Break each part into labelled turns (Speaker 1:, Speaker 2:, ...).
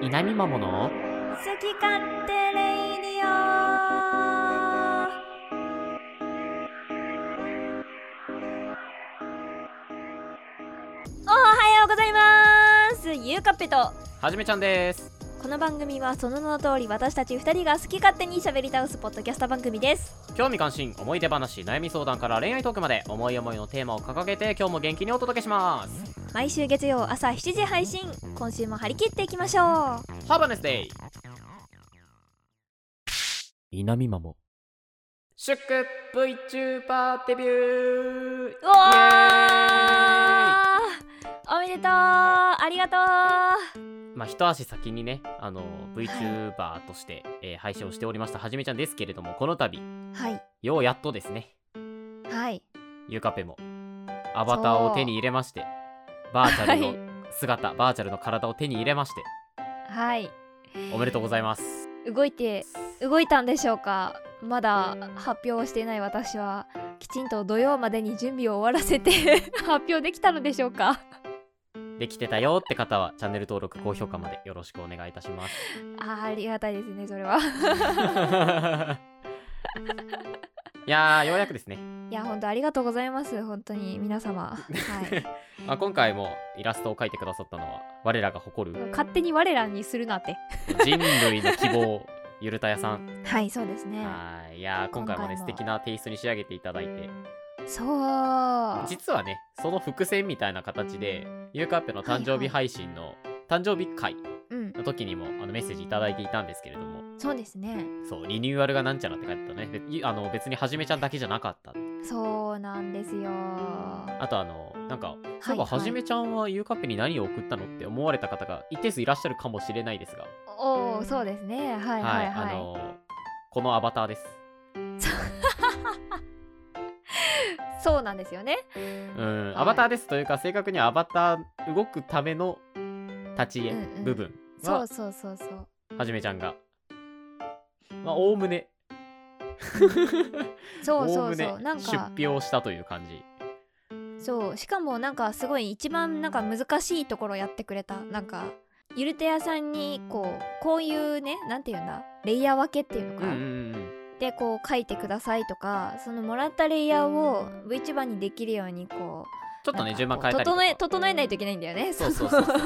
Speaker 1: 稲見まもの
Speaker 2: 好き勝手レイディオおはようございますゆうかっぺと
Speaker 1: はじめちゃんです
Speaker 2: この番組はその名の通り私たち二人が好き勝手に喋り倒すポッドキャスト番組です
Speaker 1: 興味関心思い出話悩み相談から恋愛トークまで思い思いのテーマを掲げて今日も元気にお届けします
Speaker 2: 毎週月曜朝7時配信今週も張り切っていきましょう
Speaker 1: ハーバネスデイ稲見まも祝 VTuber デビュー
Speaker 2: うわーおめでとうありがとう
Speaker 1: まあ一足先にねあの VTuber として、えー配信をしておりましたはじめちゃんですけれどもこの度
Speaker 2: はい
Speaker 1: ようやっとですね
Speaker 2: はい
Speaker 1: ゆかぺもアバターを手に入れましてバーチャルの姿、バーチャルの体を手に入れまして
Speaker 2: はい
Speaker 1: おめでとうございます
Speaker 2: 動いて動いたんでしょうかまだ発表をしていない私はきちんと土曜までに準備を終わらせて 発表できたのでしょうか
Speaker 1: できてたよって方はチャンネル登録高評価までよろしくお願いいたします
Speaker 2: あーありがたいですねそれは
Speaker 1: いやーようやくですね、
Speaker 2: いや本当ありがとうございます本当に皆様 はい
Speaker 1: まあ、今回もイラストを描いてくださったのは我らが誇る
Speaker 2: 勝手に我らにするなって
Speaker 1: 人類の希望ゆるたやさん
Speaker 2: はいそうですね
Speaker 1: はいいやー今回もね
Speaker 2: 今回も
Speaker 1: 素敵なテイストに仕上げていただいて
Speaker 2: そう
Speaker 1: 実はねその伏線みたいな形でゆうかっぺの誕生日配信の誕生日会
Speaker 2: うん
Speaker 1: の時にもあのメッセージいただいていたんですけれども
Speaker 2: そうですね
Speaker 1: そうリニューアルがなんちゃらって書いてたねべいあの別にはじめちゃんだけじゃなかった
Speaker 2: そうなんですよは
Speaker 1: あとあのなんかそういえばはじめちゃんはゆうかっぺに何を送ったのって思われた方が一定数いらっしゃるかもしれないですが
Speaker 2: おおそうですねはいはいはい、
Speaker 1: あのこのアバターです
Speaker 2: そうなんですよね
Speaker 1: うん、
Speaker 2: い
Speaker 1: アバターですというか正確にはアバター動くための立ち絵
Speaker 2: うんうん
Speaker 1: 部分
Speaker 2: そ
Speaker 1: は
Speaker 2: うそうそうそう
Speaker 1: はじめちゃんがまあおおむ ね
Speaker 2: そう
Speaker 1: お
Speaker 2: そ
Speaker 1: お
Speaker 2: う
Speaker 1: むね
Speaker 2: そうなん
Speaker 1: 出
Speaker 2: か
Speaker 1: 費をしたという感じ
Speaker 2: そうしかもなんかすごい一番なんか難しいところやってくれたなんかゆるて屋さんにこうこういうねなんていうんだレイヤー分けっていうの
Speaker 1: う
Speaker 2: か、
Speaker 1: んうんうん
Speaker 2: でこう書いてくださいとかそのもらったレイヤーを VTuber にできるようにこう
Speaker 1: ちょっとね順番変えたりとか
Speaker 2: 整え整えないといけないんだよね
Speaker 1: そうそうそうそう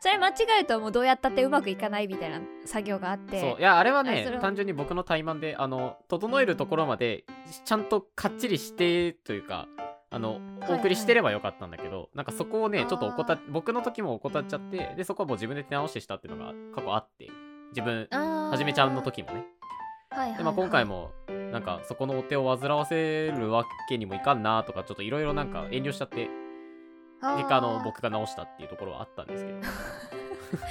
Speaker 2: それ間違えるともうどうやったってうまくいかないみたいな作業があって
Speaker 1: そういやあれは
Speaker 2: あそ
Speaker 1: ね
Speaker 2: れは
Speaker 1: 単純に僕の怠慢であの整えるところまでちゃんとかっちりしてというかあの
Speaker 2: はい
Speaker 1: お送りしてればよかったんだけど、なんかそこを
Speaker 2: あ
Speaker 1: ね
Speaker 2: ー
Speaker 1: ちょっと怠っ僕の時も怠っちゃってでそこはもう自分で手直してしたっていうのが過去あって自分
Speaker 2: あー
Speaker 1: はじめちゃんの、時もね
Speaker 2: はいはいはい
Speaker 1: で、まあ、今回もなんかそこのお手を煩わせるわけにもいかんなとかちょっといろいろなんか遠慮しちゃって結果あの
Speaker 2: ー
Speaker 1: 僕が直したっていうところはあったんですけ ど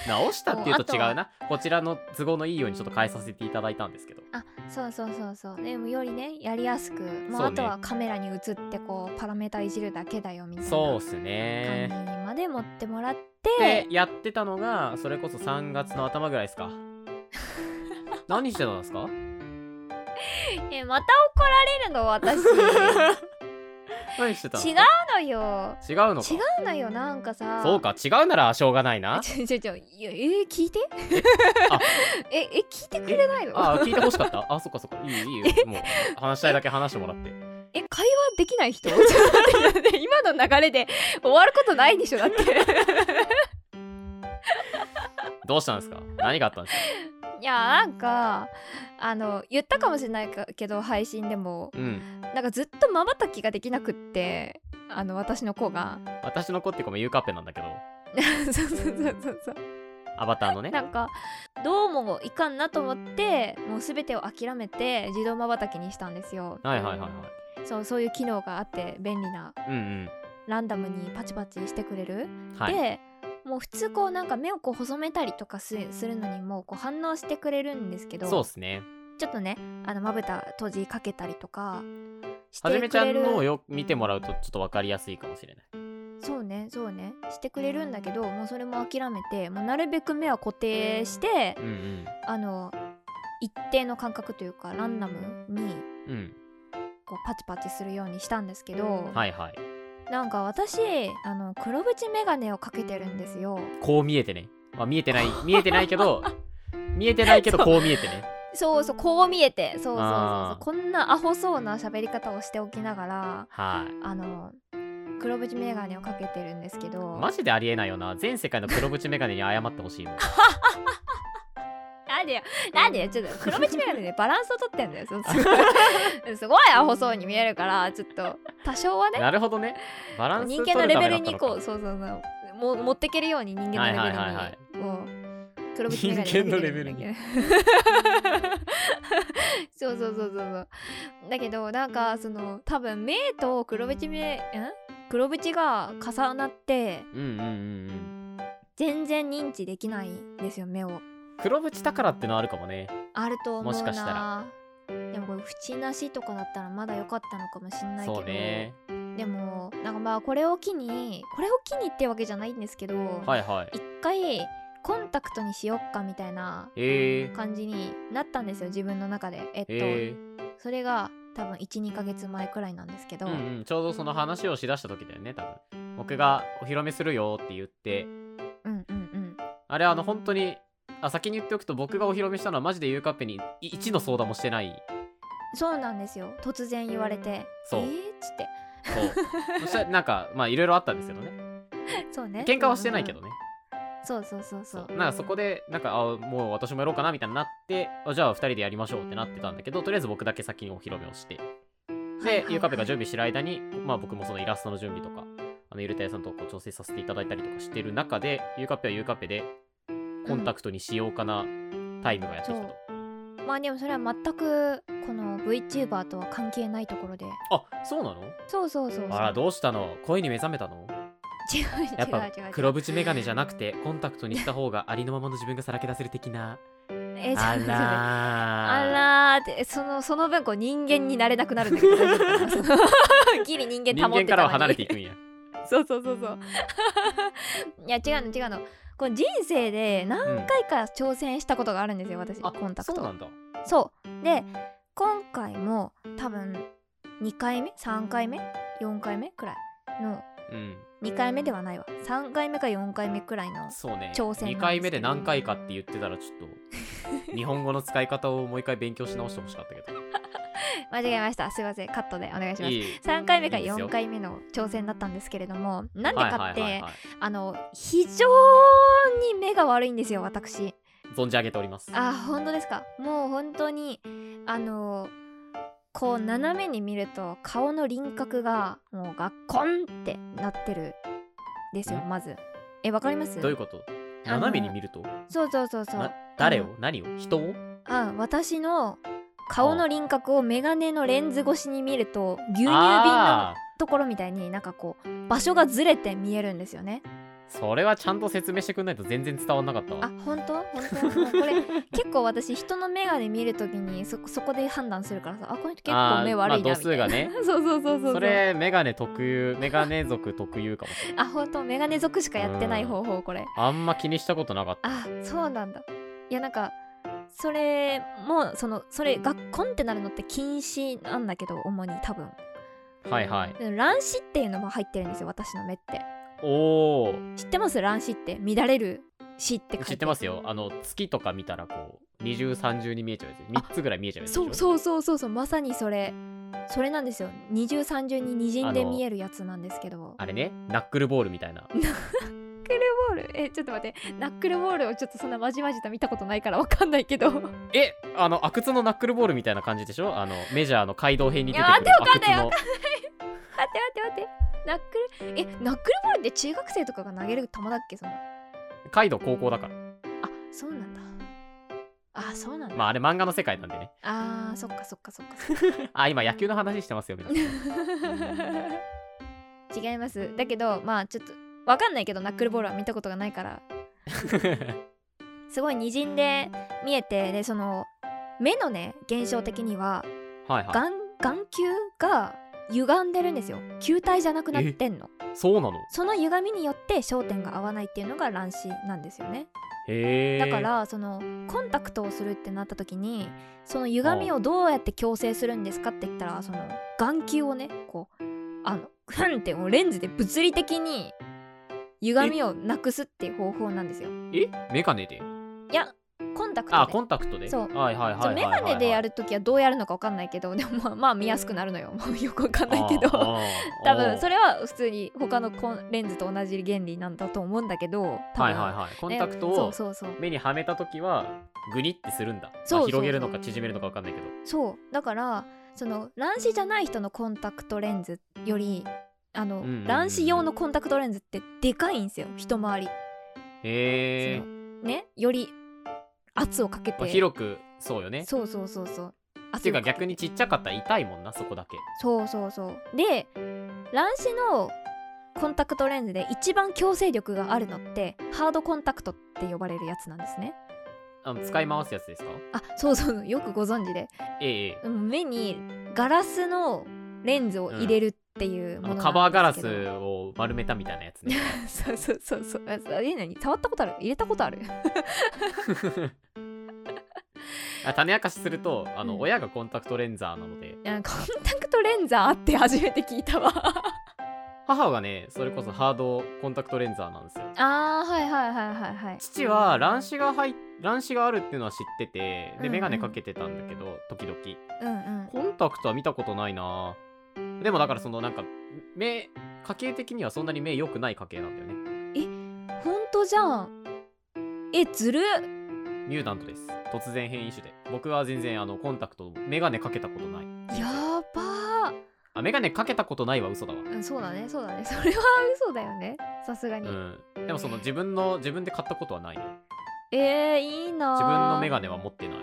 Speaker 1: 直したっていうと違うなこちらの都合のいいようにちょっと変えさせていただいたんですけど
Speaker 2: あそうそうそうそうでもよりねやりやすくもう
Speaker 1: そうね
Speaker 2: あとはカメラに映ってこうパラメータいじるだけだよみたいな
Speaker 1: そうっ
Speaker 2: 感
Speaker 1: す
Speaker 2: じ
Speaker 1: ね
Speaker 2: にまで持ってもらって
Speaker 1: でやってたのがそれこそ3月の頭ぐらい ですか何してたんです か
Speaker 2: えまた怒られるの 私
Speaker 1: 何してたんです
Speaker 2: 違う
Speaker 1: か
Speaker 2: のよ
Speaker 1: 違うのか
Speaker 2: 違うのよなんかさ
Speaker 1: そうか違うならしょうがないな
Speaker 2: ちょちょちょいやえー聞いて
Speaker 1: あ
Speaker 2: ええ聞いてくれないの
Speaker 1: あ聞いてほしかった あそっかそっかいいよいいよもう話したいだけ話してもらって
Speaker 2: え会話できない人 ちょっと待って今の流れで終わることないでし ょだって
Speaker 1: どうしたんですか何があったんですか
Speaker 2: いやなんかあの言ったかもしれないかけど配信でも
Speaker 1: うん
Speaker 2: なんかずっとまばたきができなくってあの私の子が
Speaker 1: 私の子っていうかもうゆうかっぺなんだけど
Speaker 2: そうそうそうそうそう
Speaker 1: アバターのね
Speaker 2: なんかどうもいかんなと思ってもう全てを諦めて自動まばたきにしたんですよ
Speaker 1: はいはいはいはい
Speaker 2: そうそういう機能があって便利な
Speaker 1: うんうん
Speaker 2: ランダムにパチパチしてくれる、
Speaker 1: はい。
Speaker 2: でもう普通こうなんか目をこう細めたりとかすするのにもうこう反応してくれるんですけど
Speaker 1: そうですね。
Speaker 2: ちょっとねあのまぶた閉じかけたりとかし
Speaker 1: はじめ
Speaker 2: て
Speaker 1: ち
Speaker 2: く
Speaker 1: ゃ
Speaker 2: れ
Speaker 1: ん
Speaker 2: る
Speaker 1: のをよく見てもらうとちょっと分かりやすいかもしれない。
Speaker 2: そうねそうねしてくれるんだけどもうそれも諦めてもうなるべく目は固定して
Speaker 1: うんうん。
Speaker 2: あの一定の間隔というかランダムに
Speaker 1: うん。
Speaker 2: こうパチパチするようにしたんですけど、
Speaker 1: はいはい。
Speaker 2: なんか私あの黒縁眼鏡をかけてるんですよ。
Speaker 1: こう見えてね。まあ、見えてない 見えてないけど見えてないけど
Speaker 2: そう
Speaker 1: こう見えてね
Speaker 2: そうそうこう見えてそうそうそうそ
Speaker 1: あ
Speaker 2: う
Speaker 1: ー
Speaker 2: こんなアホそうな喋り方をしておきながら
Speaker 1: はい
Speaker 2: あの黒縁眼鏡をかけてるんですけど
Speaker 1: マジでありえないよな全世界の黒縁メガネに謝ってほし いもん
Speaker 2: なんでよなんでよちょっと黒縁眼鏡でバランスをとってんだよそのすご いすごいアホそうに見えるからちょっと多少はね
Speaker 1: なるほどねバランス
Speaker 2: 人間のレベルにこう
Speaker 1: 取る
Speaker 2: そうそうそうもう持ってけるように人間のレベルに、
Speaker 1: はいはいはい
Speaker 2: もう黒縁眼鏡かけてるんだけど そうそうそうそうそうだけどなんかその多分目と黒縁目ん黒縁が重なって
Speaker 1: ためのうんうんうんうん
Speaker 2: 全然認知できないんですよ目を
Speaker 1: 黒縁だからってのあるかもね
Speaker 2: あると思う
Speaker 1: も
Speaker 2: な
Speaker 1: しかしたら
Speaker 2: でもこれ縁なしとかだったらまだ良かったのかもしんないけど
Speaker 1: そうね
Speaker 2: でもなんかまあこれを機にこれを機にってわけじゃないんですけど、
Speaker 1: はいはい
Speaker 2: 一回コンタクトにしよっかみたいな
Speaker 1: えー、
Speaker 2: 感じになったんですよ自分の中でえっと、
Speaker 1: え
Speaker 2: それが多分12ヶ月前くらいなんですけ
Speaker 1: ー
Speaker 2: ど、
Speaker 1: うんうん、ちょうどその話をしだした時だよね多分僕がお披露目するよって言って
Speaker 2: うんうんうん
Speaker 1: あれはあの本当にあ先に言っておくと僕がお披露目したのはマジでゆうかっぺにい1の相談もしてない
Speaker 2: そうなんですよ突然言われて
Speaker 1: そう
Speaker 2: えー、っつって
Speaker 1: そうそしたらなんかまあいろいろあったんですけどね
Speaker 2: そうね
Speaker 1: 喧嘩はしてないけど
Speaker 2: うん
Speaker 1: ね
Speaker 2: うんうんそうそうそうそ
Speaker 1: そううなんかそこでなんかあもう私もやろうかなみたいになってあじゃあ2人でやりましょうってなってたんだけどとりあえず僕だけ先にお披露目をして
Speaker 2: はいはい
Speaker 1: で
Speaker 2: はい
Speaker 1: ゆうかっぺが準備してる間にまあ僕もそのイラストの準備とかあのゆるたやさんとこう調整させていただいたりとかしてる中でゆうかっぺはゆうかっぺでコンタクトにしようかなタイムがやってきたと、
Speaker 2: まあでもそれは全くこの VTuber とは関係ないところで
Speaker 1: あそうなの
Speaker 2: そうそうそうそう
Speaker 1: あらどうしたの恋に目覚めたの
Speaker 2: 違う違う違う違う
Speaker 1: やっぱ黒縁メガネじゃなくてコンタクトにした方がありのままの自分がさらけ出せる的な
Speaker 2: えー、ちょっ
Speaker 1: あ
Speaker 2: と待ってあ
Speaker 1: らー
Speaker 2: らーって そのその分こう人間になれなくなるんだ けど大丈夫かなその ギリ人間
Speaker 1: 人
Speaker 2: 保って
Speaker 1: 間か
Speaker 2: たのに
Speaker 1: らは離れていくんや
Speaker 2: そうそうそうそう いや違うの違うのこの人生で何
Speaker 1: うん
Speaker 2: 回か挑戦したことがあるんですよ私
Speaker 1: あ
Speaker 2: コンタク
Speaker 1: そ
Speaker 2: ト
Speaker 1: うなんだ
Speaker 2: そうで今回も多分2回目3回目4回目くらいの
Speaker 1: うん
Speaker 2: 2回目ではないわ3回目か4回目くらいの
Speaker 1: そうね
Speaker 2: 挑戦なんですけど
Speaker 1: 2回目で何回かって言ってたらちょっ と日本語の使い方をもう一回勉強し直してほしかったけど
Speaker 2: 間違えましたすいませんカットでお願いします
Speaker 1: いい
Speaker 2: 3回目か
Speaker 1: いいですよ
Speaker 2: 4回目の挑戦だったんですけれどもなんで
Speaker 1: はい
Speaker 2: か
Speaker 1: は
Speaker 2: っ
Speaker 1: いはい
Speaker 2: て
Speaker 1: はい
Speaker 2: あの非常に目が悪いんですよ私
Speaker 1: 存じ上げております
Speaker 2: あ本当ですかもう本当にあのこう斜めに見ると顔の輪郭がもうガッコンってなってるんですよ
Speaker 1: ん
Speaker 2: まずえわかります
Speaker 1: どういうこと
Speaker 2: あの
Speaker 1: 斜めに見ると
Speaker 2: そうそうそうそう
Speaker 1: な誰
Speaker 2: あ
Speaker 1: を何を人を
Speaker 2: あ私の顔の輪郭をメガネのレンズ越しに見ると牛乳瓶の
Speaker 1: あ
Speaker 2: ところみたいになんかこう場所がずれて見えるんですよね
Speaker 1: ーそれはちゃんと説明してくんないと全然伝わんなかった
Speaker 2: あ
Speaker 1: わ
Speaker 2: 本当本当もうこれ結構私人の目がで見るときにそそこで判断するからさあこの人結構目
Speaker 1: あーまあ
Speaker 2: 悪いなみたいな、
Speaker 1: 度数がね
Speaker 2: そうそうそうそう
Speaker 1: それメガネ特有メガネ族特有かもしれない
Speaker 2: あ本当メガネ族しかやってない方法これ
Speaker 1: あんま気にしたことなかった
Speaker 2: あそうなんだいやなんかそれもそのそれがコンってなるのって禁止なんだけど主に多分
Speaker 1: はいはい
Speaker 2: でも乱視っていうのも入ってるんですよ私の目って
Speaker 1: おー
Speaker 2: 知ってます乱視って乱れる視って書いて
Speaker 1: 知ってますよあの月とか見たらこう二重三重に見えちゃうやつ3つぐらい見えちゃうやつでし
Speaker 2: そ
Speaker 1: ょ
Speaker 2: うそうそうそうそうまさにそれそれなんですよ二重三重に滲んで見えるやつなんですけど
Speaker 1: あれねナックルボールみたいな
Speaker 2: ナックルボールえちょっと待ってナックルボールをちょっとそんなまじまじと見たことないからわかんないけど
Speaker 1: えあの阿久津のナックルボールみたいな感じでしょあのメジャーの街道編に出て
Speaker 2: いや
Speaker 1: くる阿
Speaker 2: わかん
Speaker 1: 久
Speaker 2: ない
Speaker 1: 津の
Speaker 2: 待って待って待ってナックルえナックルボールって中学生とかが投げる球だっけそのあ
Speaker 1: 街道高校だから
Speaker 2: そうなんだあそうなんだ、
Speaker 1: まああれ漫画の世界なんでね
Speaker 2: あーそっかそっかそっかそっか
Speaker 1: あ今野球の話してますよ皆さん
Speaker 2: 違いますだけどまあちょっとわかんないけどナックルボールは見たことがないからすごいにじんで見えてでその目のね現象的には
Speaker 1: はいは
Speaker 2: 眼眼球が歪んでるんですよ球体じゃなくなってんの
Speaker 1: いそうなの
Speaker 2: その歪みによって焦点が合わないっていうのが乱視なんですよね
Speaker 1: へえ
Speaker 2: だからそのコンタクトをするってなった時にその歪みをどうやって矯正するんですかって言ったらその眼球をねこうあのふんってもうレンズで物理的に歪みをなくすっていう方法なんですよ
Speaker 1: えメガネで
Speaker 2: いやコンタクトで
Speaker 1: あコンタクトで
Speaker 2: そう
Speaker 1: はいはいはい
Speaker 2: そ
Speaker 1: は
Speaker 2: う
Speaker 1: い
Speaker 2: メ
Speaker 1: はいは
Speaker 2: ガ
Speaker 1: い
Speaker 2: ネでやるときはどうやるのか分かんないけどでもまあまあ見やすくなるのよ もうよく分かんないけど
Speaker 1: あー
Speaker 2: 多分そ
Speaker 1: れ
Speaker 2: れは普通に他のコンレンズと同じ原理なんだと思うんだけど多分
Speaker 1: はいはいはいコンタクト
Speaker 2: そう
Speaker 1: を
Speaker 2: そうそう
Speaker 1: 目にはめた時はグニってするんだまあ
Speaker 2: そうそうそう
Speaker 1: 広げるのか縮めるのか分かんないけど
Speaker 2: そうだからその乱視じゃない人のコンタクトレンズよりあの、
Speaker 1: うんうんうんうん
Speaker 2: 乱視用のコンタクトレンズってでかいんですよ一回り、
Speaker 1: へえ
Speaker 2: そのねより圧をかけて、
Speaker 1: まあ、広くそうよね
Speaker 2: そうそうそうそう
Speaker 1: っ
Speaker 2: 圧
Speaker 1: ていう
Speaker 2: を
Speaker 1: か
Speaker 2: かけ
Speaker 1: 逆にちっちゃかったら痛いもんなそこだけ
Speaker 2: そうそうそうで乱視のコンタクトレンズで一番強制力があるのってハードコンタクトって呼ばれるやつなんですね
Speaker 1: あの使い回すやつですか
Speaker 2: あそうそうよくご存知で
Speaker 1: ええええ
Speaker 2: もう目にガラスのレンズを入れるっていう
Speaker 1: あ
Speaker 2: も
Speaker 1: の
Speaker 2: のなんですけど、
Speaker 1: カバーガラスを丸めたみたいなやつね
Speaker 2: そうそうそうそうあそうえ何触ったことある入れたことある
Speaker 1: あ種明かしするとあの、
Speaker 2: うん
Speaker 1: 親がコンタクトレンザーなので
Speaker 2: いやコンタクトレンザーって初めて聞いたわ
Speaker 1: 母がねそれこそハードコンタクトレンザーなんですよ
Speaker 2: あーはいはいはいはいはい
Speaker 1: 父は乱視が入っ乱視があるっていうのは知ってて
Speaker 2: うんう
Speaker 1: で
Speaker 2: ん
Speaker 1: 眼鏡かけてたんだけど、時々
Speaker 2: うんうん
Speaker 1: コンタクトは見たことないなでもだからそのなんか目家系的にはそんなに目良くない家系なんだよね
Speaker 2: ほんとじゃんえずる
Speaker 1: ミュータントです突然変異種で僕は全然あのコンタクト眼鏡かけたことない
Speaker 2: やばー
Speaker 1: あ眼鏡かけたことないは嘘だわ
Speaker 2: うんそうだねそうだね それは嘘だよねさすがに、
Speaker 1: うんでもその自分の自分で買ったことはないね
Speaker 2: えー、いいなー
Speaker 1: 自分の眼鏡は持ってない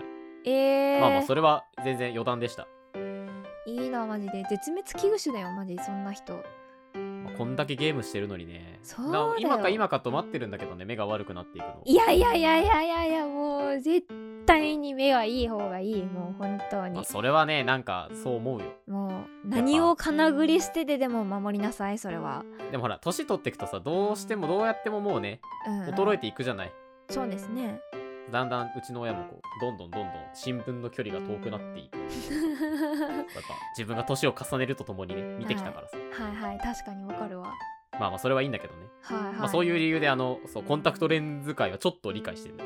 Speaker 2: えー、
Speaker 1: まあまあそれは全然余談でした、
Speaker 2: いいなマジで絶滅危惧種だよマジそんな人
Speaker 1: まあこんだけゲームしてるのにね
Speaker 2: そうだ
Speaker 1: な
Speaker 2: よ
Speaker 1: お今か今かと待ってるんだけどね目が悪くなっていくの
Speaker 2: いやいやいやいやいやいやもう絶対に目はいい方がいいもう本当に
Speaker 1: まあ、それはねなんかそう思うよ
Speaker 2: もう何をかなぐり捨ててでも守りなさいそれは、
Speaker 1: でもほら年取ってくとさどうしてもどうやってももうね
Speaker 2: うん、
Speaker 1: 衰えていくじゃない、
Speaker 2: えそうですね
Speaker 1: だんだんうちの親もこうどんどんどんどん新聞の距離が遠くなっていくやっぱ自分が年を重ねるとともにね見てきたからさ、
Speaker 2: はいはい確かにわかるわ
Speaker 1: まあまあそれはいいんだけどね、
Speaker 2: はいはい、
Speaker 1: まあ、そういう理由であのそうコンタクトレンズ界はちょっと理解してるね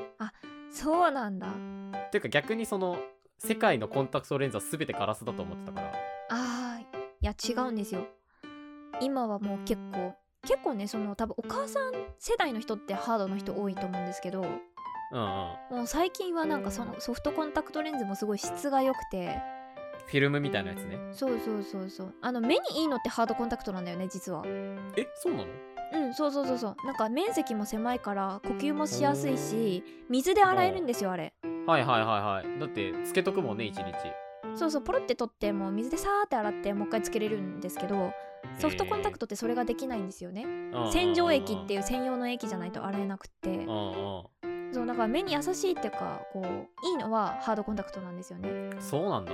Speaker 2: そうなんだ
Speaker 1: っていうか逆にその世界のコンタクトレンズは全てガラスだと思ってたから
Speaker 2: あーいや違うんですよ今はもう結構結構ねその多分お母さん世代の人ってハードの人多いと思うんですけども
Speaker 1: うんうん
Speaker 2: う最近はなんかそのソフトコンタクトレンズもすごい質が良くて
Speaker 1: フィルムみたいなやつね
Speaker 2: そうそうそうそうあの目にいいのってハードコンタクトなんだよね実は
Speaker 1: えそうなの
Speaker 2: うんそうそうそうそうなんか面積も狭いから呼吸もしやすいし水で洗えるんですよあれ
Speaker 1: はいはいはいはいだってつけとくもんね一日
Speaker 2: そうそうポロって取ってもう水でさーって洗ってもう一回つけれるんですけどソフトコンタクトってそれができないんですよね洗浄液って
Speaker 1: いう
Speaker 2: いう専用の液じゃないと洗えなくて
Speaker 1: んうん
Speaker 2: そうだから目に優しいっていうかこういいのはハードコンタクトなんですよね
Speaker 1: うんそうなんだ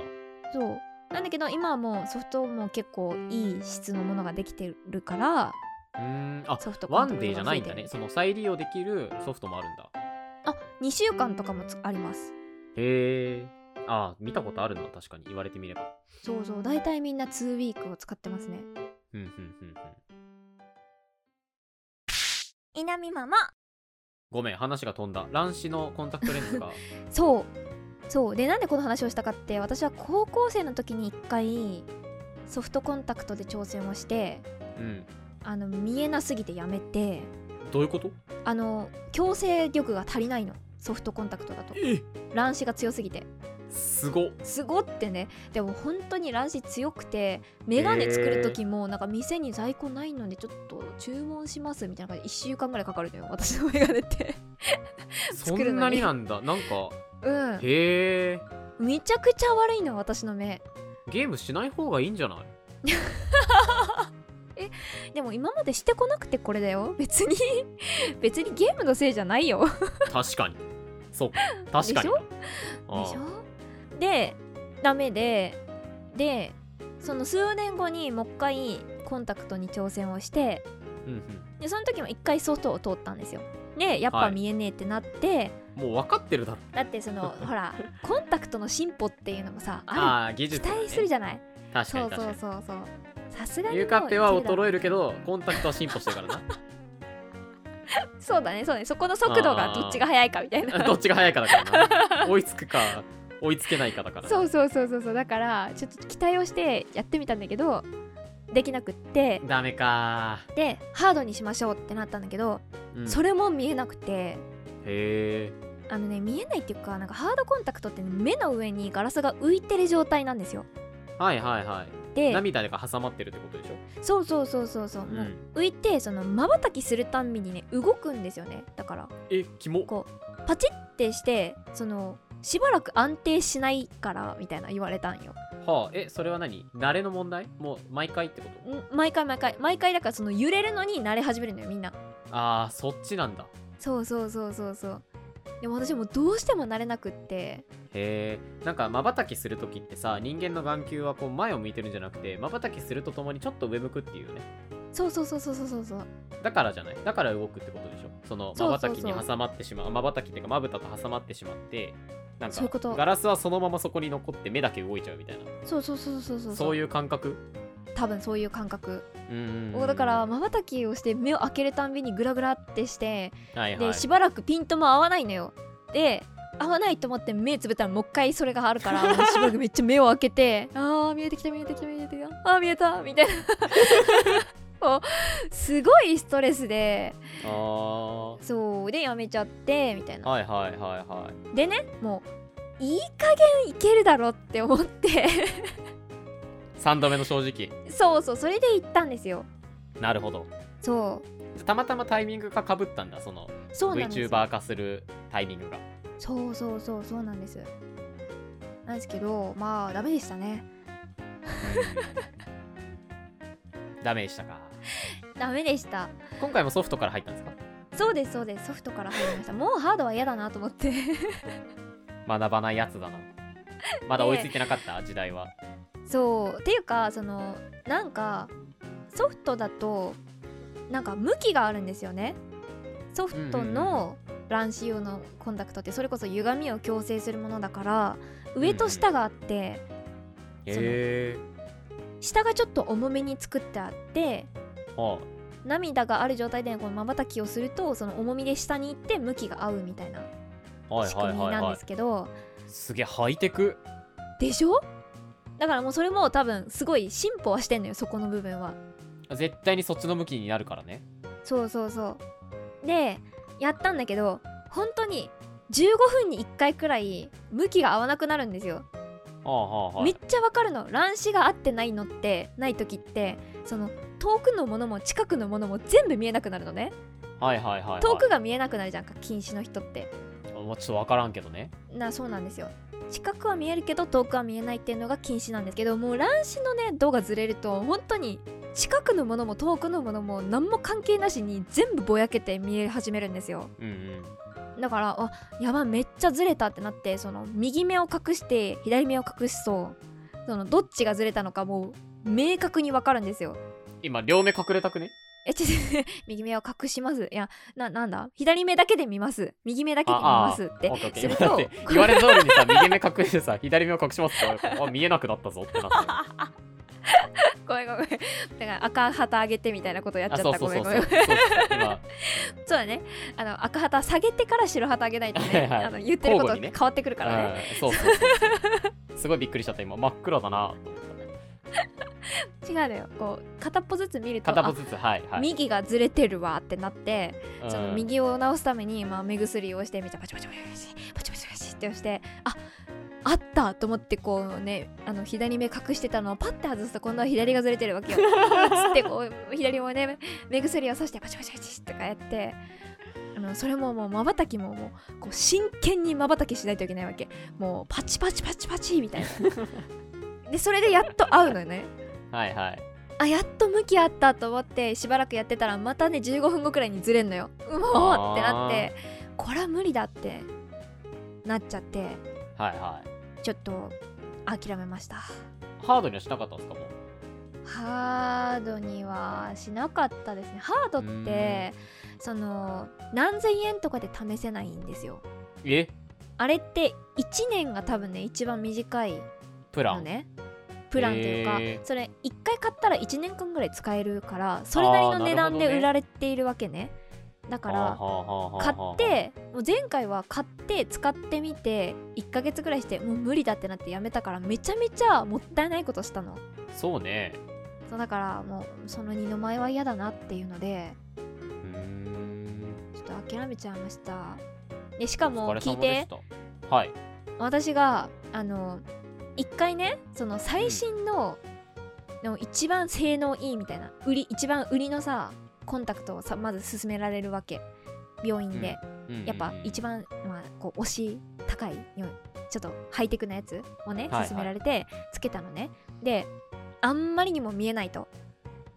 Speaker 2: そうなんだけど今はもうソフトも結構いい質のものができてるから
Speaker 1: うーんあ
Speaker 2: ソフトコ
Speaker 1: ワ
Speaker 2: ンタ
Speaker 1: ン
Speaker 2: クト
Speaker 1: デーじゃ
Speaker 2: がつ
Speaker 1: ない
Speaker 2: い
Speaker 1: ん
Speaker 2: て
Speaker 1: だ
Speaker 2: る
Speaker 1: ねその再利用できるソフトもあるんだ
Speaker 2: あ2週間とかもつあります
Speaker 1: へえあ見たことあるな確かに言われてみれば
Speaker 2: そうそう大体みんな2ウィークを使ってますね
Speaker 1: うんうんうんうん
Speaker 2: 稲見ママ
Speaker 1: ごめん話が飛んだ乱視のコンタクトレンズ が
Speaker 2: そうそうでなんでこの話をしたかって私は高校生の時に1回ソフトコンタクトで挑戦をして
Speaker 1: うん
Speaker 2: あの見えなすぎてやめて
Speaker 1: どういうこと
Speaker 2: あの強制力が足りないのソフトコンタクトだと
Speaker 1: え
Speaker 2: 乱視が強すぎて
Speaker 1: すごっ
Speaker 2: すごってねでも本当に乱視強くてメガネ作る時もなんか店に在庫ないのでちょっと注文しますみたいな感じで1週間ぐらいかかるのよ私のメガネって
Speaker 1: そ
Speaker 2: 作るのに
Speaker 1: んなになんだなんか
Speaker 2: うん
Speaker 1: へえ
Speaker 2: めちゃくちゃ悪いの私の目
Speaker 1: ゲームしない方がいいんじゃない
Speaker 2: でも今までしてこなくてこれだよ 別に別にゲームのせいじゃないよ
Speaker 1: 確かに そうか確かに
Speaker 2: でしょでし
Speaker 1: あ
Speaker 2: ょでダメででその数年後にもう一回コンタクトに挑戦をして
Speaker 1: ーうん
Speaker 2: でその時も一回外を通ったんですよでやっぱ
Speaker 1: はい
Speaker 2: 見えねえってなって、
Speaker 1: うん、もう分かってるだろ
Speaker 2: だってその ほらコンタクトの進歩っていうのもさあ
Speaker 1: ああー技
Speaker 2: る期
Speaker 1: 術だね
Speaker 2: 待するじゃない、
Speaker 1: 確か
Speaker 2: そ
Speaker 1: に
Speaker 2: う
Speaker 1: 確か
Speaker 2: そう
Speaker 1: に
Speaker 2: そうそうさすがに
Speaker 1: ユーカッペは衰えるけ
Speaker 2: ど
Speaker 1: どコンタクトは進歩してるからな
Speaker 2: そうだねそうだねそこの速度がどっちが速いかみ たいな
Speaker 1: どっちが早いかだからな追いつくか追いつけないかだから
Speaker 2: そううそうそうそうそうだからちょっと期待をしてやってみたんだけどできなくって
Speaker 1: ダメか、
Speaker 2: でハードにしましょうってなったんだけど、
Speaker 1: うん
Speaker 2: それも見えなくて
Speaker 1: へえ
Speaker 2: あのね見えないっていうかなんかハードコンタクトってね、目の上にガラスが浮いてる状態なんですよ
Speaker 1: はいはいはい
Speaker 2: で
Speaker 1: 涙が挟まってるってことでしょ
Speaker 2: そうそうそうそうそう、もう
Speaker 1: うん
Speaker 2: 浮いてそのまばたきするたんびにね動くんですよねだから
Speaker 1: えキモ
Speaker 2: こうパチッてしてそのしばらく安定しないからみたいな言われたんよ
Speaker 1: はあえそれは何慣れの問題もう毎回ってこと
Speaker 2: ん毎回毎回毎回だからその揺れるのに慣れ始めるのよみんな
Speaker 1: あーそっちなんだ
Speaker 2: そうそうそうそうそうでも私もうどうしても慣れなくって
Speaker 1: へえんかまばたきするときってさ人間の眼球はこう前を向いてるんじゃなくてまばたきするとともにちょっと上向くっていうね
Speaker 2: そうそうそうそうそうそうそう
Speaker 1: だからじゃないだから動くってことでしょその
Speaker 2: そ
Speaker 1: ま
Speaker 2: う
Speaker 1: ば
Speaker 2: そ
Speaker 1: た
Speaker 2: う
Speaker 1: き
Speaker 2: そう
Speaker 1: に挟まってしまうまばたきっていうかまぶたと挟まってしまってなん
Speaker 2: そういうこ
Speaker 1: か
Speaker 2: と
Speaker 1: ガラスはそのままそこに残って目だけ動いちゃうみたいな
Speaker 2: そうそうそうそうそう
Speaker 1: そう
Speaker 2: う
Speaker 1: いう感覚
Speaker 2: 多分そういう感覚
Speaker 1: うんうんうん
Speaker 2: だからまばたきをして目を開けるたんびにグラグラってして
Speaker 1: はいは
Speaker 2: で
Speaker 1: い
Speaker 2: しばらくピントも合わないのよで合わないと思って目つぶったらもう一回それがある からもうしばらくめっちゃ目を開けてあー見えてきた見えてきた見えてきたあー見えたみ たいなこうすごいストレスで
Speaker 1: あー
Speaker 2: そうでやめちゃってみたいな
Speaker 1: はいはいはいは
Speaker 2: でねもういい加減いけるだろって思って
Speaker 1: い3度目の正直
Speaker 2: そうそうそれで行ったんですよ
Speaker 1: なるほど
Speaker 2: そう
Speaker 1: たまたまタイミングがかぶったんだその
Speaker 2: そうなんですよ
Speaker 1: VTuber 化するタイミングが
Speaker 2: そうそうそうそうなんですなんですけどまあダメでしたね
Speaker 1: ダメでしたか
Speaker 2: ダメでした
Speaker 1: 今回もソフトから入ったんですか
Speaker 2: そうですそうですソフトから入りましたもうハードは嫌だなと思って
Speaker 1: 学ばないやつだなまだ追いついてなかった時代は
Speaker 2: そうっていうかそのなんかソフトだとなんか向きがあるんですよねソフトの卵子用のコンタクトってそれこそ歪みを矯正するものだから上と下があって
Speaker 1: へえ
Speaker 2: 下がちょっと重めに作ってあって
Speaker 1: は
Speaker 2: 涙がある状態でこの瞬きをするとその重みで下に行って向きが合うみたいな
Speaker 1: あはい
Speaker 2: 仕
Speaker 1: はい
Speaker 2: 組み
Speaker 1: はい
Speaker 2: なん
Speaker 1: は
Speaker 2: ですけど、
Speaker 1: いすげえハイテク
Speaker 2: でしょだからもうそれも多分すごい進歩はしてんのよそこの部分は
Speaker 1: 絶対にそっちの向きになるからね
Speaker 2: そうそうそうでやったんだけど本当に15分に1回くらい向きが合わなくなるんですよ、
Speaker 1: はあはあは
Speaker 2: めっ
Speaker 1: い
Speaker 2: ちゃわかるの乱視が合ってないのってない時ってその遠くのものも近くのものも全部見えなくなるのね
Speaker 1: はいはいはいはい
Speaker 2: 遠くが見えなくなるじゃんか近視の人って
Speaker 1: もうちょっとわからんけどね
Speaker 2: なそうなんですよ近くは見えるけど遠くは見えないっていうのが禁止なんですけどもう乱視のね度がずれると本当に近くのものも遠くのものも何も関係なしに全部ぼやけて見え始めるんですよ
Speaker 1: うんうん
Speaker 2: だからあやばいめっちゃずれたってなってその右目を隠して左目を隠すとそのどっちがずれたのかもう明確にわかるんですよ
Speaker 1: 今両目隠れたくね
Speaker 2: えちょっと右目を隠しますいやななんだ左目だけで見ます右目だけで見
Speaker 1: あ
Speaker 2: ますって
Speaker 1: オッケーオッケー
Speaker 2: する
Speaker 1: 今だ
Speaker 2: と
Speaker 1: って言われ通りにさ右目隠れてさ左目を隠します ってあ見えなくなったぞってなって
Speaker 2: ごめんごめんだから赤旗上げてみたいなことやっちゃ
Speaker 1: あ
Speaker 2: っ
Speaker 1: そう
Speaker 2: た
Speaker 1: そ
Speaker 2: ご
Speaker 1: う
Speaker 2: め
Speaker 1: そう
Speaker 2: んご
Speaker 1: そう
Speaker 2: めんそう
Speaker 1: 今
Speaker 2: だねあの赤旗下げてから白旗上げないとね
Speaker 1: はいはい
Speaker 2: あの言ってるこ
Speaker 1: 交
Speaker 2: と
Speaker 1: 互に
Speaker 2: 変
Speaker 1: ね
Speaker 2: わってくるからね
Speaker 1: うんそうそうそうすごいびっくりしちゃった今真っ黒だなと思った
Speaker 2: 違うのよこう片っぽずつ見ると
Speaker 1: 片方
Speaker 2: あ
Speaker 1: ずつはいはい
Speaker 2: 右がずれてるわってなって、
Speaker 1: うん
Speaker 2: その右を直すために、まあ、目薬をしてみたパチパチパチパチパチパチパチって押してああったと思ってこうねあの左目隠してたのをパッて外すと今度は左がずれてるわけよつってこう左もね目薬をさしてパチパチパチとかやってあのそれももうまばたきももうこう真剣にまばたきしないといけないわけもうパチパチパチパチみたいなでそれでやっと合うのよね
Speaker 1: はいはい
Speaker 2: あやっと向き合ったと思ってしばらくやってたらまたね15分後くらいにずれんのようおーってなってこれは無理だってなっちゃって
Speaker 1: はいはい
Speaker 2: ちょっと諦めました
Speaker 1: ハードにはしなかったんですかもう
Speaker 2: ハードにはしなかったですねハード
Speaker 1: う
Speaker 2: って
Speaker 1: ー
Speaker 2: その何千円とかで試せないんですよ
Speaker 1: え
Speaker 2: あれって1年が多分ね一番短い
Speaker 1: プラ
Speaker 2: の
Speaker 1: ン、
Speaker 2: ねプランというか、
Speaker 1: へー
Speaker 2: それ1回買ったら1年間ぐらい使えるからそれなりの値段
Speaker 1: あーなるほど
Speaker 2: で
Speaker 1: ね
Speaker 2: 売られているわけねだか
Speaker 1: はあ
Speaker 2: ら
Speaker 1: はあはあはあ
Speaker 2: 買っ
Speaker 1: はあ、
Speaker 2: てもう前回は買って使ってみて1ヶ月ぐらいしてもう無理だってなってやめたからめちゃめちゃもったいないことしたの
Speaker 1: そうね
Speaker 2: そうだからもうその二の舞は嫌だなっていうので
Speaker 1: うーん
Speaker 2: ちょっと諦めちゃいましたでしかも
Speaker 1: お疲れ
Speaker 2: 聞い
Speaker 1: 様で
Speaker 2: て
Speaker 1: したはい
Speaker 2: 私があの一回ねその最新の,、の一番性能いいみたいな売り一番売りのさコンタクトをさまず勧められるわけ病院で、
Speaker 1: うんうんうん
Speaker 2: やっぱ一番、まあ、こう推し高いよちょっとハイテクなやつをね
Speaker 1: はいはい
Speaker 2: 勧められてつけたのね、であんまりにも見えないと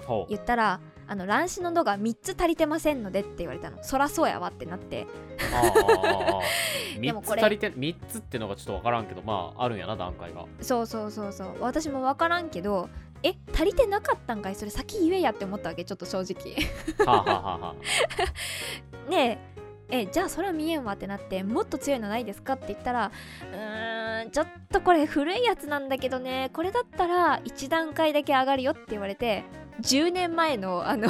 Speaker 1: ほう
Speaker 2: 言ったらあの卵子の度が3つ足りてませんのでって言われたのそらそうやわってなって
Speaker 1: ああああ ああ
Speaker 2: で
Speaker 1: 3
Speaker 2: もこ
Speaker 1: つ
Speaker 2: れ
Speaker 1: 足りて3つってのがちょっと分からんけどまああるんやな段階が
Speaker 2: そうそうそうそう私も分からんけどえ足りてなかったんかいそれ先言えやって思ったわけちょっと正直
Speaker 1: はあはあはあ はあ
Speaker 2: ねええじゃあそれは見えんわってなってもっと強いのないですかって言ったらうーんちょっとこれ古いやつなんだけどねこれだったら1段階だけ上がるよって言われて10年前のあの
Speaker 1: え
Speaker 2: メ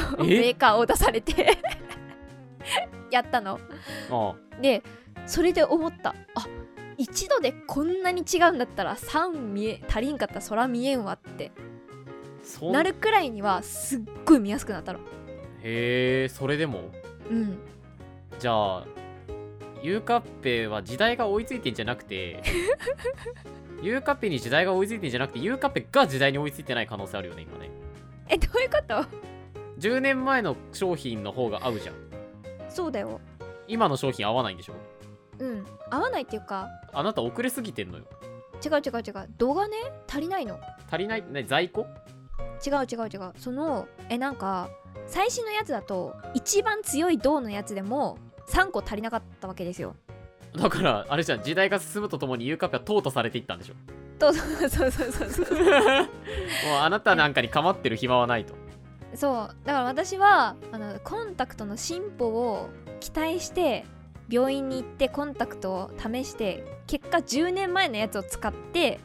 Speaker 2: ーカーを出されて やったの
Speaker 1: あ
Speaker 2: でそれで思ったあ一度でこんなに違うんだったら3見え足りんかったらそら見えんわって
Speaker 1: そん
Speaker 2: なるくらいにはすっごい見やすくなったの
Speaker 1: へえそれでも
Speaker 2: うん
Speaker 1: じゃあゆうかっぺは時代が追いついてんじゃなく てゆうかっぺに時代が追いついてんじゃなくてゆうかっぺが時代に追いついてない可能性あるよね今ね
Speaker 2: えどういうこと
Speaker 1: 10年前の商品の方が合うじゃん
Speaker 2: そうだよ
Speaker 1: 今の商品合わないんでしょ
Speaker 2: うん合わないっていうか
Speaker 1: あなた遅れすぎてんのよ
Speaker 2: 違う違う違う度がね足りないの
Speaker 1: 足りないね在庫
Speaker 2: 違う違う違うそのえなんか最新のやつだと一番強い銅のやつでも3個足りなかったわけですよ
Speaker 1: だからあれじゃん時代が進むとともにゆうかっぺは淘汰されていったんでしょ
Speaker 2: そうそうそうそうそうそう
Speaker 1: もうあなたなんかに構ってる暇はないと
Speaker 2: そうだから私はあのコンタクトの進歩を期待して病院に行ってコンタクトを試して結果10年前のやつを使って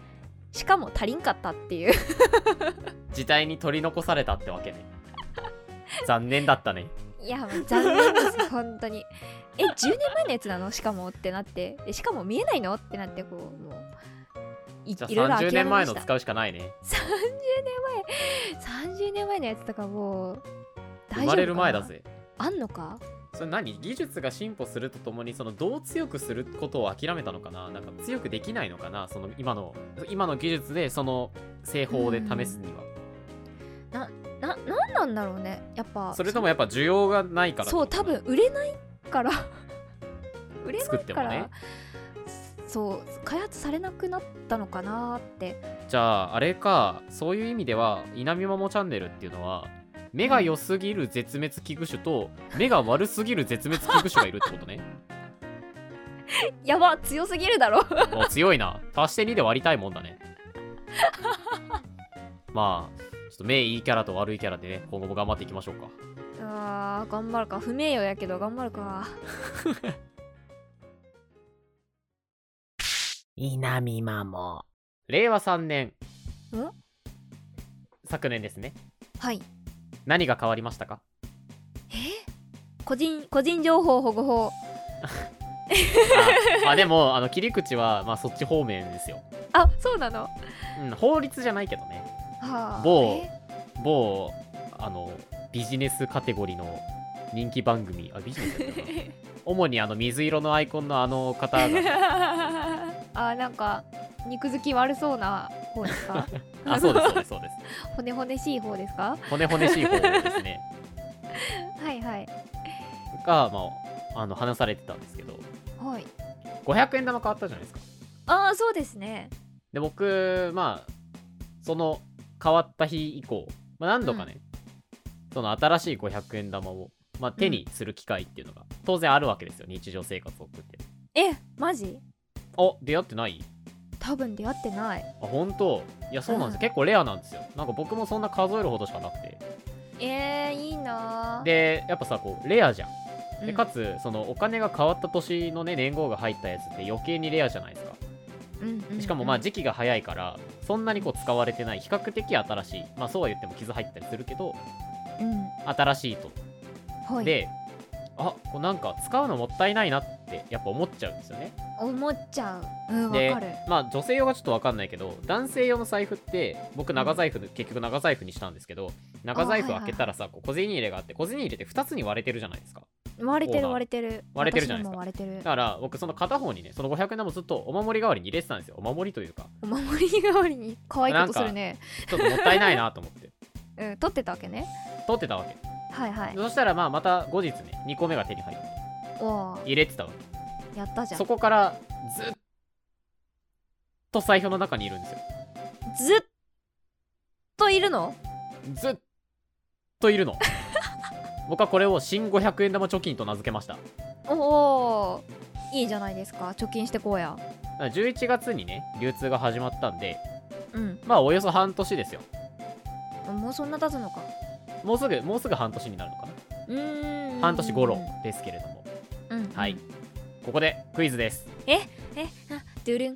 Speaker 2: しかも足りんかったっていう
Speaker 1: 時代に取り残されたってわけね残念だったね
Speaker 2: いやもう残念です本当にえ10年 前のやつなのしかもってなってでしかも見えないのってなってこうもういい
Speaker 1: じゃあ
Speaker 2: ろいろ
Speaker 1: 30
Speaker 2: 諦め
Speaker 1: 年
Speaker 2: ま
Speaker 1: 前
Speaker 2: し
Speaker 1: の
Speaker 2: た
Speaker 1: 使うしかないね
Speaker 2: 30年前30年前のやつとかもう
Speaker 1: 生
Speaker 2: 大丈夫かな
Speaker 1: まれる前だぜ
Speaker 2: あんのか
Speaker 1: それ何技術が進歩するとともにそのどう強くすることを諦めたのかななんか強くできないのかなその今の今の技術でその製法で試すには、
Speaker 2: ななんなんだろうねやっぱ
Speaker 1: それともやっぱ需要がないから
Speaker 2: そう多分売れないから 売れな
Speaker 1: 作っ
Speaker 2: い
Speaker 1: て
Speaker 2: か
Speaker 1: も
Speaker 2: ら、
Speaker 1: ね
Speaker 2: そう開発されなくなったのかなって
Speaker 1: じゃああれかそういう意味では「稲見ももチャンネル」っていうのは目が良すぎる絶滅危惧種と目が悪すぎる絶滅危惧種がいるってこと ね
Speaker 2: やば強すぎるだろ
Speaker 1: もう強いな足して2で割りたいもんだ ねまあちょっと目いいキャラと悪いキャラでね今後も頑張っていきましょうか
Speaker 2: あー頑張るか不名誉やけど頑張るか
Speaker 1: 稲見まも令和3年
Speaker 2: ん
Speaker 1: 昨年ですね
Speaker 2: はい
Speaker 1: 何が変わりました か
Speaker 2: 個人個人情報保護法
Speaker 1: ああでもあの切り口は、まあ、そっち方面ですよ、
Speaker 2: あそうなの
Speaker 1: うん、法律じゃないけどね
Speaker 2: はあ
Speaker 1: 某
Speaker 2: え
Speaker 1: 某あのビジネスカテゴリーの人気番組あビジネスだったかな 主にあの水色のアイコンのあの方が
Speaker 2: あなんか肉付き悪そうな方で すか
Speaker 1: あそうですそうですそうです
Speaker 2: 骨骨しい方ですか
Speaker 1: 骨骨しい方ですね
Speaker 2: はいはい
Speaker 1: が、まあ、あの話されてたんですけど
Speaker 2: はい
Speaker 1: 500円玉変わったじゃないですか
Speaker 2: ああそうですね
Speaker 1: で僕まあその変わった日以降、まあ、何度かね、その新しい500円玉を、まあ、手にする機会っていうのが当然あるわけですよ日常生活を送って
Speaker 2: えマジ
Speaker 1: あ出会ってない
Speaker 2: 多分出会ってない
Speaker 1: あ本当いやそうなんですよ、
Speaker 2: うん
Speaker 1: 結構レアなんですよなんか僕もそんな数えるほどしかなくて
Speaker 2: えー、いいなー
Speaker 1: でやっぱさこうレアじゃん
Speaker 2: う
Speaker 1: で
Speaker 2: ん
Speaker 1: かつそのお金が変わった年のね年号が入ったやつって余計にレアじゃないですか
Speaker 2: うんうん
Speaker 1: しかもまあ
Speaker 2: うん
Speaker 1: 時期が早いからそんなにこう使われてない比較的新しいまあそうは言っても傷入ったりするけど
Speaker 2: うん
Speaker 1: 新しいと
Speaker 2: はい
Speaker 1: でああこうなんか使うのもったいないなってやっぱ思っちゃうんですよね
Speaker 2: 思っちゃううんわ
Speaker 1: で
Speaker 2: かる
Speaker 1: まあ女性用がちょっと分かんないけど男性用の財布って僕長財布、結局長財布にしたんですけど長財布
Speaker 2: あはいはい
Speaker 1: 開けたらさ、こう小銭入れがあって小銭入れって2つに割れてるじゃないですか
Speaker 2: 割れて
Speaker 1: オーナ
Speaker 2: る
Speaker 1: ー
Speaker 2: 割れてる
Speaker 1: 割れてるじゃないですか
Speaker 2: 私のも割れてる
Speaker 1: だから僕その片方にねその500円玉ずっとお守り代わりに入れてたんですよお守りというか
Speaker 2: お守り代わりに可愛いことするね
Speaker 1: ちょっともったいないなと思って
Speaker 2: うん取ってたわけね
Speaker 1: 取ってたわけ
Speaker 2: はいはい
Speaker 1: そしたらまあまた後日ね2個目が手に入って
Speaker 2: おお
Speaker 1: 入れてたわ
Speaker 2: やったじ
Speaker 1: け
Speaker 2: ゃん
Speaker 1: そこからずっと財布の中にいるんですよ
Speaker 2: ずっといるの
Speaker 1: ずっといる の僕はこれを新500円玉貯金と名付けました
Speaker 2: おおいいじゃないですか貯金してこうや
Speaker 1: 11月にね流通が始まったんで
Speaker 2: うん
Speaker 1: まあおよそ半年ですよ
Speaker 2: もうそんな経つのか
Speaker 1: もうすぐもうすぐ半年になるのかな
Speaker 2: うーん
Speaker 1: 半年頃ですけれども
Speaker 2: うん
Speaker 1: はいここでクイズです
Speaker 2: えあドゥルン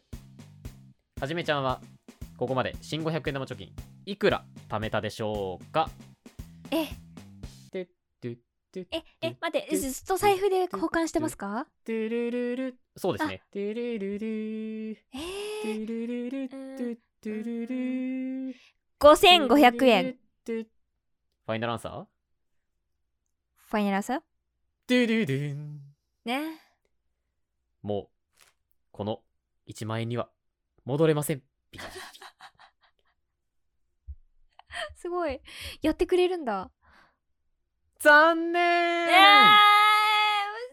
Speaker 1: はじめちゃんはここまで新500円玉貯金いくら貯めたでしょうか
Speaker 2: え
Speaker 1: ててて
Speaker 2: ええ待ってずっと財布で交換してますか
Speaker 1: てるるるそうですねてるるる
Speaker 2: え
Speaker 1: て
Speaker 2: ー、
Speaker 1: るるる
Speaker 2: うん
Speaker 1: てるるる
Speaker 2: 5500円
Speaker 1: てるるるファイナルアンサー
Speaker 2: ファイナルアンサー
Speaker 1: てるるん
Speaker 2: ね
Speaker 1: もう、この1万円には戻れません。ピカピカピカ
Speaker 2: すごいやってくれるんだ
Speaker 1: 残
Speaker 2: え
Speaker 1: 念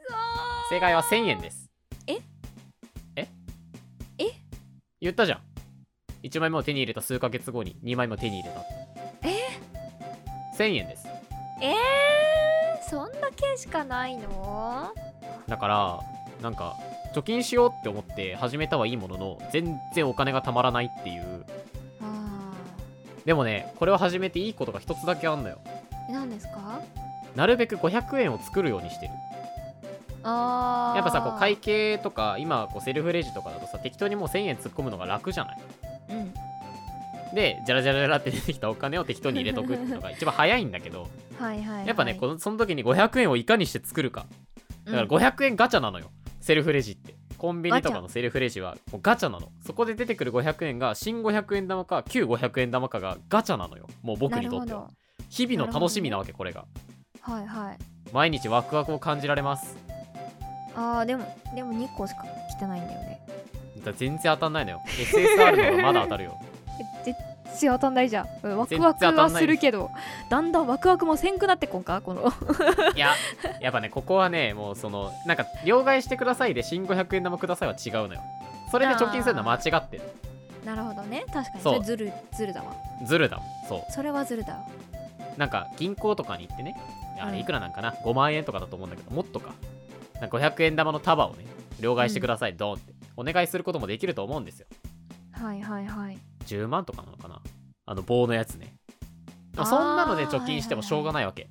Speaker 2: 嘘
Speaker 1: 正解は1000円です。
Speaker 2: え
Speaker 1: え
Speaker 2: え
Speaker 1: 言ったじゃん。1枚目を手に入れた数ヶ月後に2枚目を手に入れた。
Speaker 2: え
Speaker 1: ?1000 円です。
Speaker 2: えー、そんだけしかないの
Speaker 1: だから、なんか、貯金しようって思って始めたはいいものの、全然お金がたまらないっていう。
Speaker 2: あ
Speaker 1: でもね、これを始めていいことが一つだけあんのよ。
Speaker 2: ーえ何ですか
Speaker 1: なるべく500円を作るようにしてる。
Speaker 2: あー
Speaker 1: やっぱさこう会計とか今こうセルフレジとかだとさ適当にもう1000円突っ込むのが楽じゃない
Speaker 2: うん
Speaker 1: でじゃらじゃらじゃらって出てきたお金を適当に入れとくっていうのが一番早いんだけど
Speaker 2: はいはい、はい、
Speaker 1: やっぱねこのその時に500円をいかにして作るかだから500円ガチャなのよセルフレジってコンビニとかのセルフレジはもうガチャなのそこで出てくる500円が新500円玉か旧500円玉かがガチャなのよもう僕にとっては日々の楽しみなわけこれが
Speaker 2: はいはい
Speaker 1: 毎日ワクワクを感じられます
Speaker 2: あーでもでも2個しか来てないんだよね
Speaker 1: だから全然当たんないのよ SSR の方がまだ当たるよ
Speaker 2: え全然当たんないじゃんうんワク
Speaker 1: 全
Speaker 2: ワ
Speaker 1: 然当
Speaker 2: ク
Speaker 1: たんない
Speaker 2: はするけどだんだんワクワクもせんくなってこんかこの
Speaker 1: いや、やっぱね、ここはね、もうその、なんか、両替してくださいで、新500円玉くださいは違うのよ。それで貯金するのは間違ってる。
Speaker 2: なるほどね確かにそ
Speaker 1: そう
Speaker 2: れずるずるだわ
Speaker 1: ずるだもん。そ
Speaker 2: それはずるだわ
Speaker 1: う。なんか、銀行とかに行ってね、あ
Speaker 2: うん
Speaker 1: れいくらなんかな、5万円とかだと思うんだけど、もっとか。なんか500円玉の束をね、両替してください、ドンって。お願いすることもできると思うんですよ。
Speaker 2: はいはいはい
Speaker 1: 10万とかなのかな。あの棒のやつね。まあ
Speaker 2: あー
Speaker 1: そんなので貯金してもしょうがないわけ。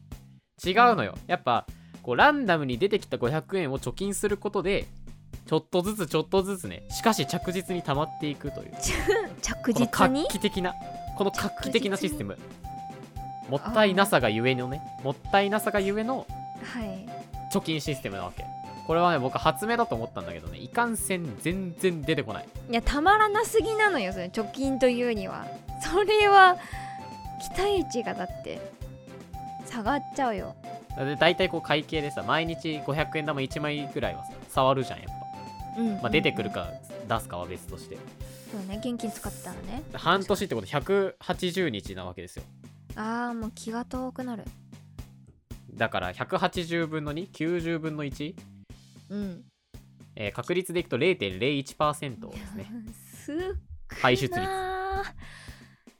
Speaker 1: 違うのよ。やっぱ、こう、ランダムに出てきた500円を貯金することで、ちょっとずつちょっとずつね、しかし着実に溜まっていくという、
Speaker 2: 着
Speaker 1: この
Speaker 2: 実
Speaker 1: 画
Speaker 2: に
Speaker 1: 期的な、この画期的なシステム。も
Speaker 2: に
Speaker 1: ったいなさがゆえのね、もったいなさがゆえの
Speaker 2: はい
Speaker 1: 貯金システムなわけ。これはね、僕発明だと思ったんだけどね、いかんせん全然出てこない。
Speaker 2: いやたまらなすぎなのよそれ貯金というにはそれは期待値がだって下がっちゃうよ
Speaker 1: で大体こう会計でさ毎日500円玉1枚くらいはさ触るじゃんやっぱ、
Speaker 2: うん
Speaker 1: まあ、出てくるか出すかは別として
Speaker 2: そうね現金使ってたらね
Speaker 1: 半年ってこと180日なわけですよ
Speaker 2: ああもう気が遠くなる
Speaker 1: だから180分の290分の1、
Speaker 2: うん
Speaker 1: えー確率でいくと0.01%です ね
Speaker 2: すっくなー
Speaker 1: 排出率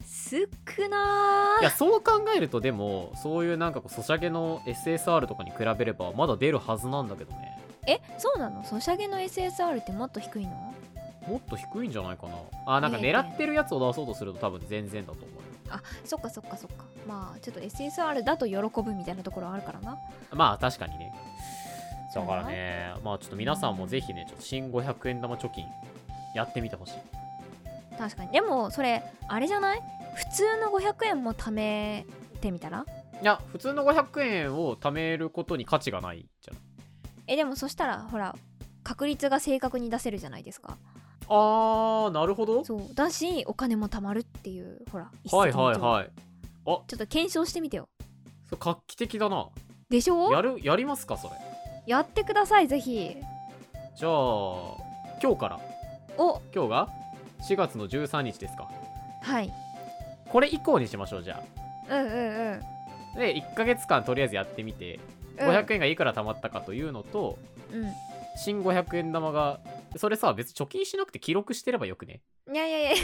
Speaker 2: すっくないー
Speaker 1: やそう考えるとでもそういうなんかこうソシャゲの SSR とかに比べればまだ出るはずなんだけどね
Speaker 2: えそうなのソシャゲの SSR ってもっと低いの
Speaker 1: もっと低いんじゃないかなあなんか狙ってるやつを出そうとすると多分全然だと思うよ
Speaker 2: あそっかそっかそっかまあちょっと SSR だと喜ぶみたいなところあるからな
Speaker 1: まあ確かにね。
Speaker 2: そ
Speaker 1: だ
Speaker 2: う
Speaker 1: からね、まあちょっと皆さんもぜひね、ちょっと新500円玉貯金やってみてほしい。
Speaker 2: 確かにでもそれあれじゃない普通の500円も貯めてみたら
Speaker 1: いや、普通の500円を貯めることに価値がないじゃん。
Speaker 2: えでもそしたらほら確率が正確に出せるじゃないですか
Speaker 1: あーなるほど
Speaker 2: そうだしお金も貯まるっていうほら
Speaker 1: はいはい
Speaker 2: い
Speaker 1: はい
Speaker 2: ちょっと検証してみてよ
Speaker 1: そう画期的だな
Speaker 2: でしょ
Speaker 1: や
Speaker 2: や
Speaker 1: るやりますかそれ
Speaker 2: やってくださいぜひ
Speaker 1: じゃあ今日から
Speaker 2: お
Speaker 1: 今日が4月の13日ですか
Speaker 2: はい
Speaker 1: これ以降にしましょうじゃ
Speaker 2: うんうんうん
Speaker 1: あで1ヶ月間とりあえずやってみて500円がいくら貯まったかというのと、
Speaker 2: うん、
Speaker 1: 新500円玉がそれさ別に貯金しなくて記録してればよくね
Speaker 2: うん、いやいやいや い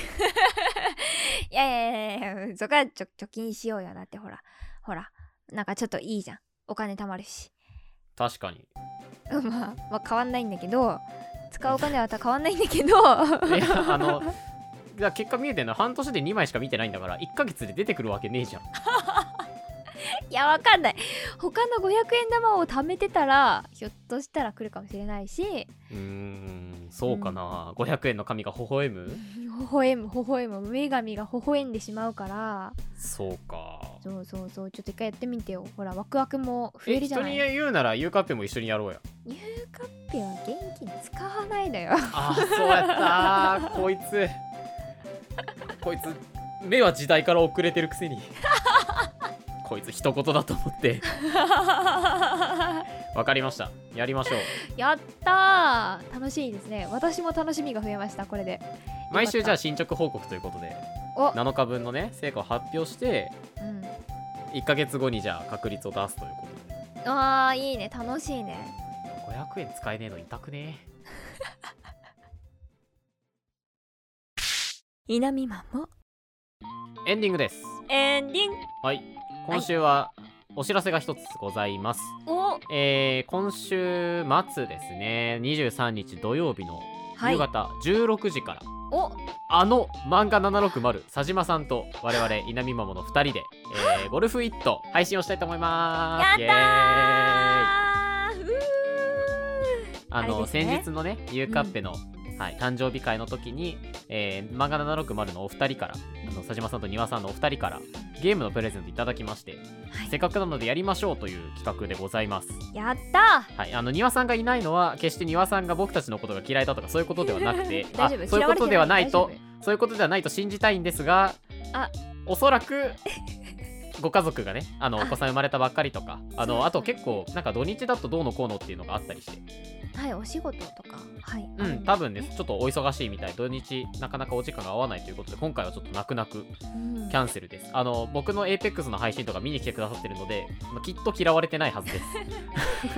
Speaker 2: やいやいやいや そこはちょ貯金しようよだってほらほらなんかちょっといいじゃんお金貯まるし
Speaker 1: 確かに
Speaker 2: まあ、まあ、変わんないんだけど使うお金は変わんないんだけど
Speaker 1: い やあのじゃあ結果見えてんのは半年で2枚しか見てないんだから1ヶ月で出てくるわけねえじゃん
Speaker 2: いやわかんない他の500円玉を貯めてたらひょっとしたら来るかもしれないし
Speaker 1: うーんそうかな、500円の紙が微笑む
Speaker 2: 微笑む微笑む女神が微笑んでしまうから
Speaker 1: そうか
Speaker 2: そうそうそうちょっと一回やってみてよほらワクワクも増え
Speaker 1: え
Speaker 2: るじゃ
Speaker 1: 人
Speaker 2: ない
Speaker 1: に
Speaker 2: ニュー
Speaker 1: 言うならゆうかっぺも一緒にやろう や
Speaker 2: カッペは元気に使わないのよ
Speaker 1: あーそうやったーこいつこいつ目は時代から遅れてるくせ にこいつ一言だと思ってわかりましたやりましょう
Speaker 2: やったー楽しいですね私も楽しみが増えましたこれで
Speaker 1: 毎週じゃあ進捗報告ということで
Speaker 2: お
Speaker 1: 7日分のね成果を発表して
Speaker 2: うん
Speaker 1: 1ヶ月後にじゃあ確率を出すということで
Speaker 2: あーいいね楽しいね
Speaker 1: 500円使えねえの痛くね
Speaker 2: 稲見マンも
Speaker 1: エンディングです
Speaker 2: エンディング
Speaker 1: はい今週はお知らせが一つございます、
Speaker 2: お
Speaker 1: えー、今週末ですね23日土曜日の
Speaker 2: は
Speaker 1: 夕
Speaker 2: い
Speaker 1: 方16時から、
Speaker 2: お
Speaker 1: あの漫画760佐島さんと我々稲見マモの2人で、えー、ゴルフイット配信をしたいと思います
Speaker 2: やっ
Speaker 1: イエ
Speaker 2: た
Speaker 1: ーイ
Speaker 2: ーうー
Speaker 1: あの
Speaker 2: あれですね
Speaker 1: 先日のねゆうかっぺの、はい、誕生日会の時に、えー、漫画760のお二人からあの佐島さんと丹羽さんのお二人からゲームのプレゼントいただきまして、
Speaker 2: はい
Speaker 1: せっかくなのでやりましょうという企画でございます
Speaker 2: やった
Speaker 1: はいあの丹羽さんがいないのは決して丹羽さんが僕たちのことが嫌いだとかそういうことではなく てあ
Speaker 2: 大丈夫
Speaker 1: そういうことではない
Speaker 2: 嫌わ
Speaker 1: と
Speaker 2: れて
Speaker 1: そういうことではないと信じたいんですが
Speaker 2: あ
Speaker 1: おそらくご家族がねあのお
Speaker 2: あ
Speaker 1: 子さん生まれたばっかりとかあ
Speaker 2: そう
Speaker 1: の
Speaker 2: そう
Speaker 1: あと結構なんか土日だとどうのこうのっていうのがあったりして
Speaker 2: はいお仕事とかはいあ
Speaker 1: う
Speaker 2: る
Speaker 1: ん、
Speaker 2: で
Speaker 1: 多分ね、ちょっとお忙しいみたい、土日、なかなかお時間が合わないということで、今回はちょっと泣く泣く
Speaker 2: うん
Speaker 1: キャンセルです。あの、僕の APEX の配信とか見に来てくださってるので、まあきっと嫌われてないはずです。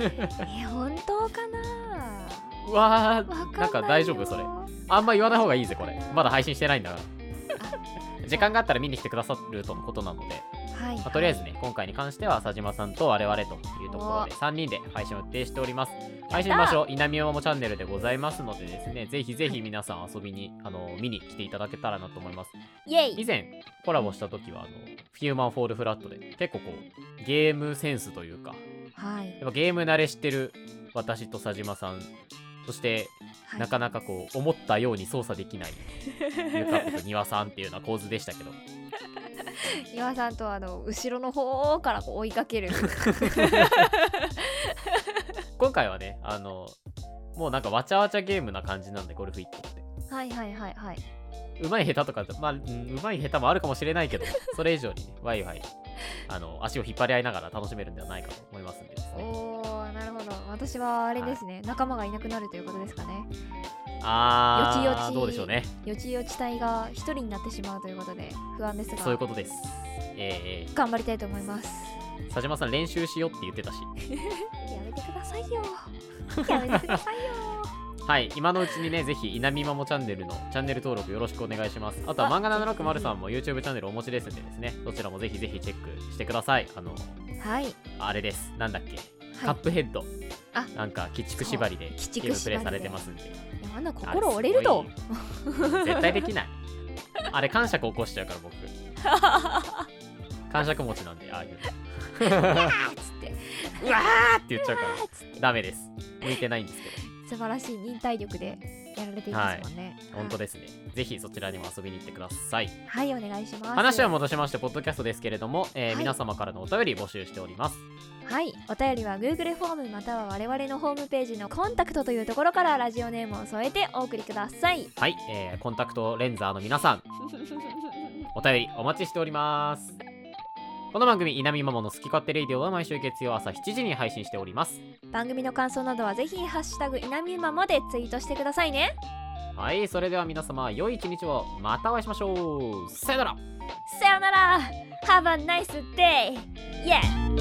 Speaker 2: え本当かな
Speaker 1: うわ
Speaker 2: わかんない
Speaker 1: ー、
Speaker 2: よ
Speaker 1: なんか大丈夫それ。あんま言わない方がいいぜ、これ。まだ配信してないんだから。時間があったら見に来てくださるとのことなので、
Speaker 2: はい、
Speaker 1: まあとりあえずね、今回に関しては、佐島さんと我々というところで、3人で配信を予定しております。配信場所、稲見山もチャンネルでございますのでですね、ぜひぜひ皆さん遊びに、あの、見に来ていただけたらなと思います。
Speaker 2: イエ
Speaker 1: 以
Speaker 2: イ
Speaker 1: 前コラボした時はあのヒューマンフォールフラットで結構こうゲームセンスというか
Speaker 2: はい、
Speaker 1: やっぱゲーム慣れしてる私と佐島さんそして
Speaker 2: はい、
Speaker 1: なかなかこう思ったように操作できないゆかっぺと庭さんっていうような構図でしたけど
Speaker 2: 岩さんとあの後ろの方からこう追いかける
Speaker 1: 今回はねあのもうなんかわちゃわちゃゲームな感じなんでゴルフ一本って
Speaker 2: はいはいはいはいう
Speaker 1: まい下手とかまあうんうまい下手もあるかもしれないけ どそれ以上にねワイワイあの足を引っ張り合いながら楽しめるんではないかと思いますんでですね
Speaker 2: おーなるほど私はあれですね、仲間がいなくなるということですかね
Speaker 1: あー
Speaker 2: よちよち
Speaker 1: どうでしょうね
Speaker 2: よちよち隊が一人になってしまうということで不安ですが
Speaker 1: そういうことです。え
Speaker 2: 頑張りたいと思います
Speaker 1: ー、佐島さん練習しようって言ってたし、
Speaker 2: やめてください よやめてくださいよ
Speaker 1: はい、今のうちにね、ぜひ、稲見まもチャンネルのチャンネル登録よろしくお願いします。あとは、
Speaker 2: あ
Speaker 1: 漫画760さんも YouTube チャンネルお持ちですんでですね、どちらもぜひぜひチェックしてください。あの、
Speaker 2: はいはい
Speaker 1: あれです、なんだっけ、カップヘッド。
Speaker 2: あ
Speaker 1: なんか、鬼畜縛りでゲ
Speaker 2: そう
Speaker 1: ームプレイされてますんで。
Speaker 2: いやあんな
Speaker 1: あれ
Speaker 2: 心折れると。
Speaker 1: すごい絶対できない。あれ、感触起こしちゃうから、 僕。感触持ちなんで、ああいう。
Speaker 2: あーっ つって
Speaker 1: うわーって言っちゃうから。
Speaker 2: あーっつって
Speaker 1: ダメです。向いてないんですけど。
Speaker 2: 素晴らしい忍耐力でやられていますもんね、
Speaker 1: 本当ですね。ぜひそちらにも遊びに行ってください。
Speaker 2: はいお願いします
Speaker 1: 話は戻しまして、ポッドキャストですけれども、えー
Speaker 2: はい
Speaker 1: 皆様からのお便り募集しております。
Speaker 2: はいお便りは Google フォームまたは我々のホームページのコンタクトというところからラジオネームを添えてお送りください
Speaker 1: はい、えーコンタクトレンザーの皆さん、お便りお待ちしております。この番組、稲見ママの好き勝手レイディオは毎週月曜朝7時に配信しております。
Speaker 2: 番組の感想などはぜひハッシュタグいなみままでツイートしてくださいね
Speaker 1: はい、それでは皆様、良い一日を、またお会いしましょう。さよなら
Speaker 2: さよなら Have a nice day! Yeah!